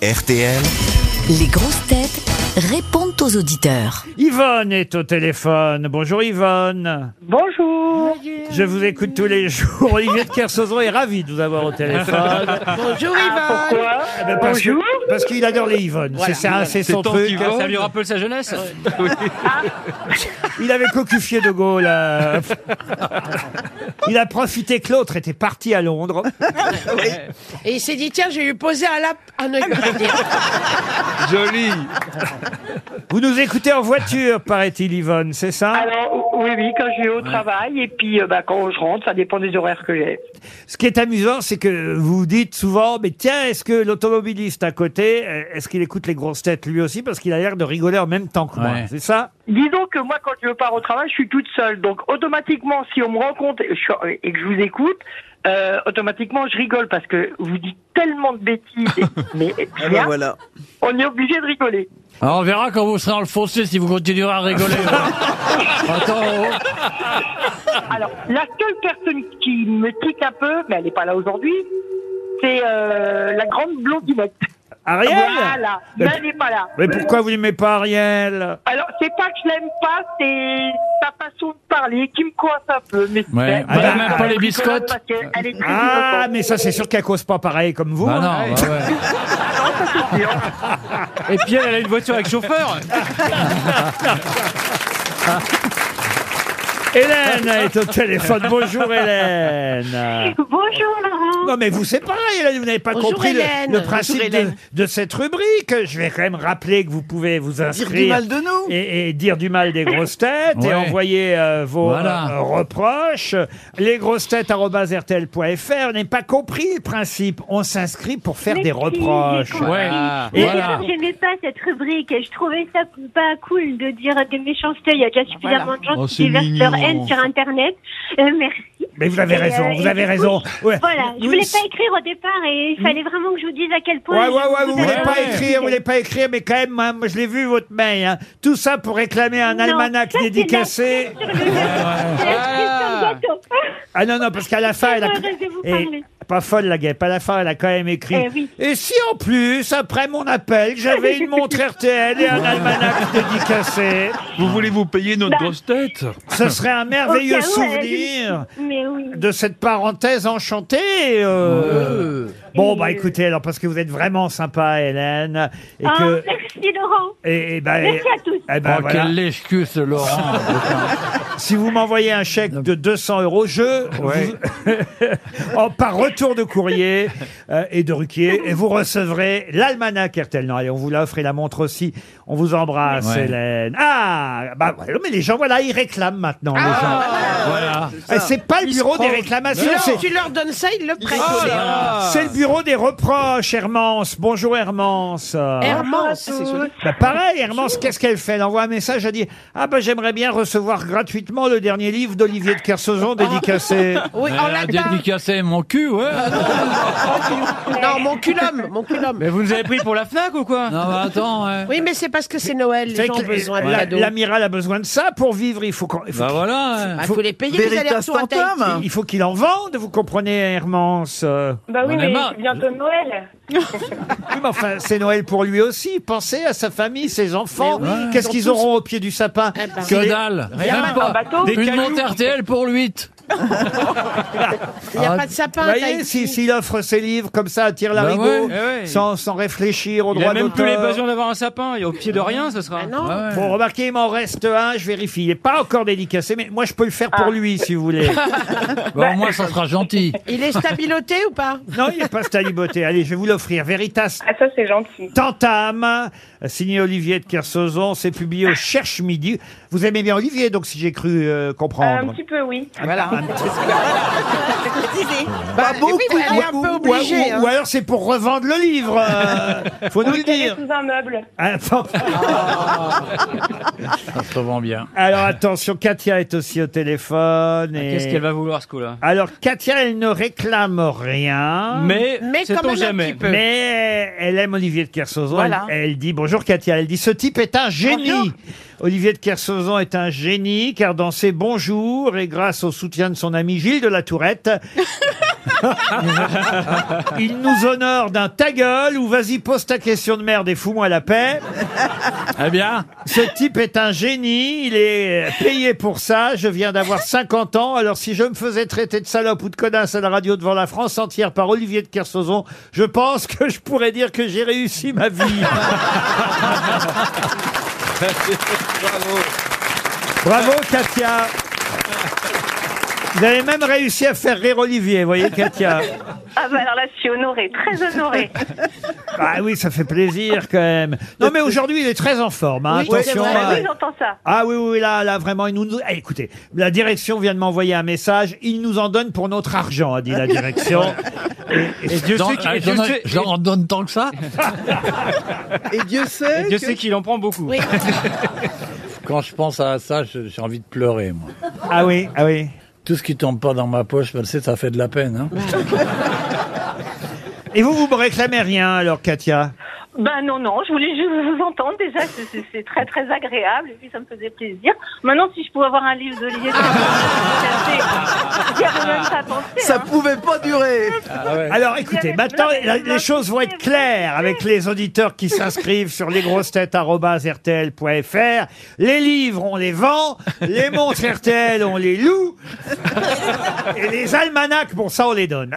RTL. Les grosses têtes répondent aux auditeurs. Yvonne est au téléphone. Bonjour Yvonne. Bonjour. Je vous écoute tous les jours. Olivier de Kersauzon est ravi de vous avoir au téléphone. Ah, Bonjour Yvonne Quoi Eh ben, parce que- Bonjour. Parce qu'il adore les Yvonne. C'est ça, c'est son truc. Ça lui rappelle sa jeunesse Il avait cocufié De Gaulle. euh. Il a profité que l'autre était parti à Londres. Et il s'est dit, tiens, je vais lui poser un lap... Ah non, il peut pas dire. Joli Vous nous écoutez en voiture, paraît-il, Yvonne, c'est ça Alors, oui, oui, quand je vais au travail et puis euh, bah, quand je rentre, ça dépend des horaires que j'ai. Ce qui est amusant, c'est que vous dites souvent, mais tiens, est-ce que l'automobiliste à côté, euh, est-ce qu'il écoute les grosses têtes lui aussi Parce qu'il a l'air de rigoler en même temps que moi, Ouais. c'est ça Disons que moi, quand je pars au travail, je suis toute seule. Donc, automatiquement, si on me rencontre et je- et que je vous écoute, euh, automatiquement, je rigole parce que vous dites tellement de bêtises. et- mais et puis là, voilà. on est obligé de rigoler. Alors Ah, on verra quand vous serez dans le fossé si vous continuerez à rigoler. Attends, oh. Alors, la seule personne qui me tique un peu, mais elle n'est pas là aujourd'hui, c'est euh, la grande blondinette. Ariel Voilà, mais Mais- elle n'est pas là. Mais pourquoi vous n'aimez pas Ariel Alors, c'est pas que je l'aime pas, c'est sa façon de parler qui me coince un peu. Mais Ouais. Ah, Madame bah, aime pas les Nicolas biscottes Paquet, Elle est très Ah, innocente. mais ça, c'est sûr qu'elle cause pas pareil comme vous. Bah hein. non, bah ouais. bah Et puis elle, elle a une voiture avec chauffeur. Hélène est au téléphone. Bonjour, Hélène. Bonjour Laurent. Non, mais vous, c'est pareil, Hélène, vous n'avez pas Bonjour, compris le, Hélène. le Bonjour, principe de, Hélène. de cette rubrique. Je vais quand même rappeler que vous pouvez vous Dire inscrire. du mal de nous. et, et dire du mal des grosses têtes et Ouais. envoyer euh, vos Voilà. euh, reproches. Lesgrossetêtes.rtl.fr n'est pas compris le principe. On s'inscrit pour faire Mais des si, reproches. j'ai compris. Ouais, Mais Ah. voilà. non, j'aimais pas cette rubrique. Je trouvais ça pas cool de dire des méchancetés. Il y a déjà suffisamment de gens Oh, qui c'est déversent leur mignon. haine sur Internet. Euh, merci. Mais vous avez Et, raison, euh, vous et avez du raison. Ouais. Voilà, je Oui, voulais c'est- pas écrire au départ et il Hmm. fallait vraiment que je vous dise à quel Ouais, point. ouais, je ouais, vous vous voulez adore. pas écrire, vous voulez pas écrire, mais quand même, hein, moi, je l'ai vu votre mail. hein. Tout ça pour réclamer un Non, almanach ça, c'est dédicacé. Sur le- c'est la Voilà. question de gâteau. Ah non, non, parce qu'à la fin, elle a... Très heureuse de vous Eh, parler. pas folle la guêpe, à la fin, elle a quand même écrit. Eh oui. Et si en plus, après mon appel, j'avais une montre RTL et un almanach dédicacé, Vous voulez vous payer notre Bah. grosse tête ce serait un merveilleux Au cas où, elle a dit- souvenir Mais oui. de cette parenthèse enchantée. euh. oh, Bon, bah écoutez, alors parce que vous êtes vraiment sympa, Hélène, et Ah, que... Merci Laurent. Et, et ben, Merci à tous. eh bah ben, Oh, voilà. quel lèche-cul ce Laurent Si vous m'envoyez un chèque de 200 euros, je, vous- en, par retour de courrier euh, et de ruquier, et vous recevrez l'almanach RTL. Non, allez, on vous l'offre et la montre aussi. On vous embrasse, Ouais. Hélène. Ah, bah, voilà, mais les gens, voilà, ils réclament maintenant. les gens. Voilà. Eh, C'est pas le bureau des réclamations, Non, Oh c'est tu leur donnes ça, ils le prennent. c'est le bureau des reproches, Hermance. Bonjour, Hermance. Euh, Hermance. Ah, bah, pareil, Hermance, qu'est-ce qu'elle fait Elle envoie un message, elle dit « Ah ben j'aimerais bien recevoir gratuitement le dernier livre d'Olivier de Kersauzon dédicacé. Oui, en Ah, Elle a latin. dédicacé mon cul, ouais. Non, mon culhomme, mon culhomme. Mais vous nous avez pris pour la FNAC ou quoi Non, mais attends, ouais. Oui, mais c'est parce que c'est Noël, » C'est les gens ont vrai que besoin de la- cadeaux. L'amiral a besoin de ça pour vivre, il faut qu'on- il faut Bah voilà. Il ouais. faut les payer, les Veritas allers-retours à Tahiti. Tantum. il faut qu'il en vende, vous comprenez, Hermance Euh, Bah oui, On est mais marre. c'est bientôt Noël. Oui, mais enfin, c'est Noël pour lui aussi. Pensez à sa famille, ses enfants. Mais oui, Qu'est-ce ils qu'ils ont auront au pied du sapin Eh ben. Si Que les- dalle Même un pas bateau. Des Une cailloux. montre RTL pour 8 Il n'y a pas de sapin Vous à voyez, Tahiti. si- s'il offre ses livres comme ça à tire Bah larigot ouais, eh ouais. sans, sans réfléchir au Il a droit même plus d'auteur. l'occasion d'avoir un sapin. Et au pied de rien, ce sera. Ah non, Ouais. Bon, remarquez, il m'en reste un, je vérifie. Il n'est pas encore dédicacé, mais moi, je peux le faire Ah. pour lui, si vous voulez. Bah, au moins, ça sera gentil. il est stabiloté ou pas Non, il n'est pas staliboté. Allez, je vais vous l'offrir. Veritas Ah, ça, c'est gentil. Tantame, signé Olivier de Kersauzon. C'est publié au Cherche Midi. Vous aimez bien Olivier, donc, si j'ai cru euh, Un comprendre. petit peu, oui. Voilà. Bah, beaucoup, oui, mais elle est un beaucoup, peu Ou, ou- obligée. hein. ou alors, c'est pour revendre le livre. euh, faut nous le dire. sous un meuble. Ah, bon. Ça se vend bien. Alors, attention, Katia est aussi au téléphone. et- Ah, Qu'est-ce qu'elle va vouloir ce coup-là Alors, Katia, elle ne réclame rien. Mais, Mais sait-on quand même un jamais. petit peu. Mais euh, elle aime Olivier de Kersauzon. Voilà. Elle, elle dit bonjour Katia. Elle dit ce type est un génie. Olivier de Kersauzon est un génie car dans ses bons jours et grâce au soutien de son ami Gilles de la Tourette, Il nous honore d'un ta gueule ou vas-y pose ta question de merde et fous-moi la paix. Eh bien, Ce type est un génie, il est payé pour ça, je viens d'avoir 50 ans, alors si je me faisais traiter de salope ou de connasse à la radio devant la France entière par Olivier de Kersauzon, je pense que je pourrais dire que j'ai réussi ma vie. Bravo Katia Vous avez même réussi à faire rire Olivier, vous voyez Katia Ah bah alors là, je suis honorée, très honorée. Ah oui, ça fait plaisir quand même. Non mais aujourd'hui il est très en forme, hein, Oui, c'est attention. vrai. Ah hein. oui, j'entends ça. Ah oui, oui, là, là, vraiment, il nous... nous- Eh, écoutez, la direction vient de m'envoyer un message. Il nous en donne pour notre argent, a dit la direction. euh, Et Dieu j'en sait qu'il- et Dieu j'en- sait- j'en donne tant que ça. Et Dieu et sait. Dieu que- sait qu'il en prend beaucoup. Oui. Quand je pense à ça, je- j'ai envie de pleurer, moi. Ah oui, ah oui. Tout ce qui tombe pas dans ma poche, ben, c'est- ça fait de la peine. Hein. Et vous, vous me réclamez rien, alors, Katia Ben non, non, je voulais juste vous entendre. Déjà, c'est- c'est c'est très, très agréable. Et puis, ça me faisait plaisir. Maintenant, si je pouvais avoir un livre d'Olivier, de Kersauzon, j'y avais même pas pensé. Ça hein. pouvait pas durer. Alors, écoutez, maintenant, la- les choses vont être claires avec les auditeurs qui s'inscrivent sur lesgrossetêtes.rtl.fr. Les livres, on les vend. Les montres RTL, on les loue. Et les almanachs, bon, ça, on les donne.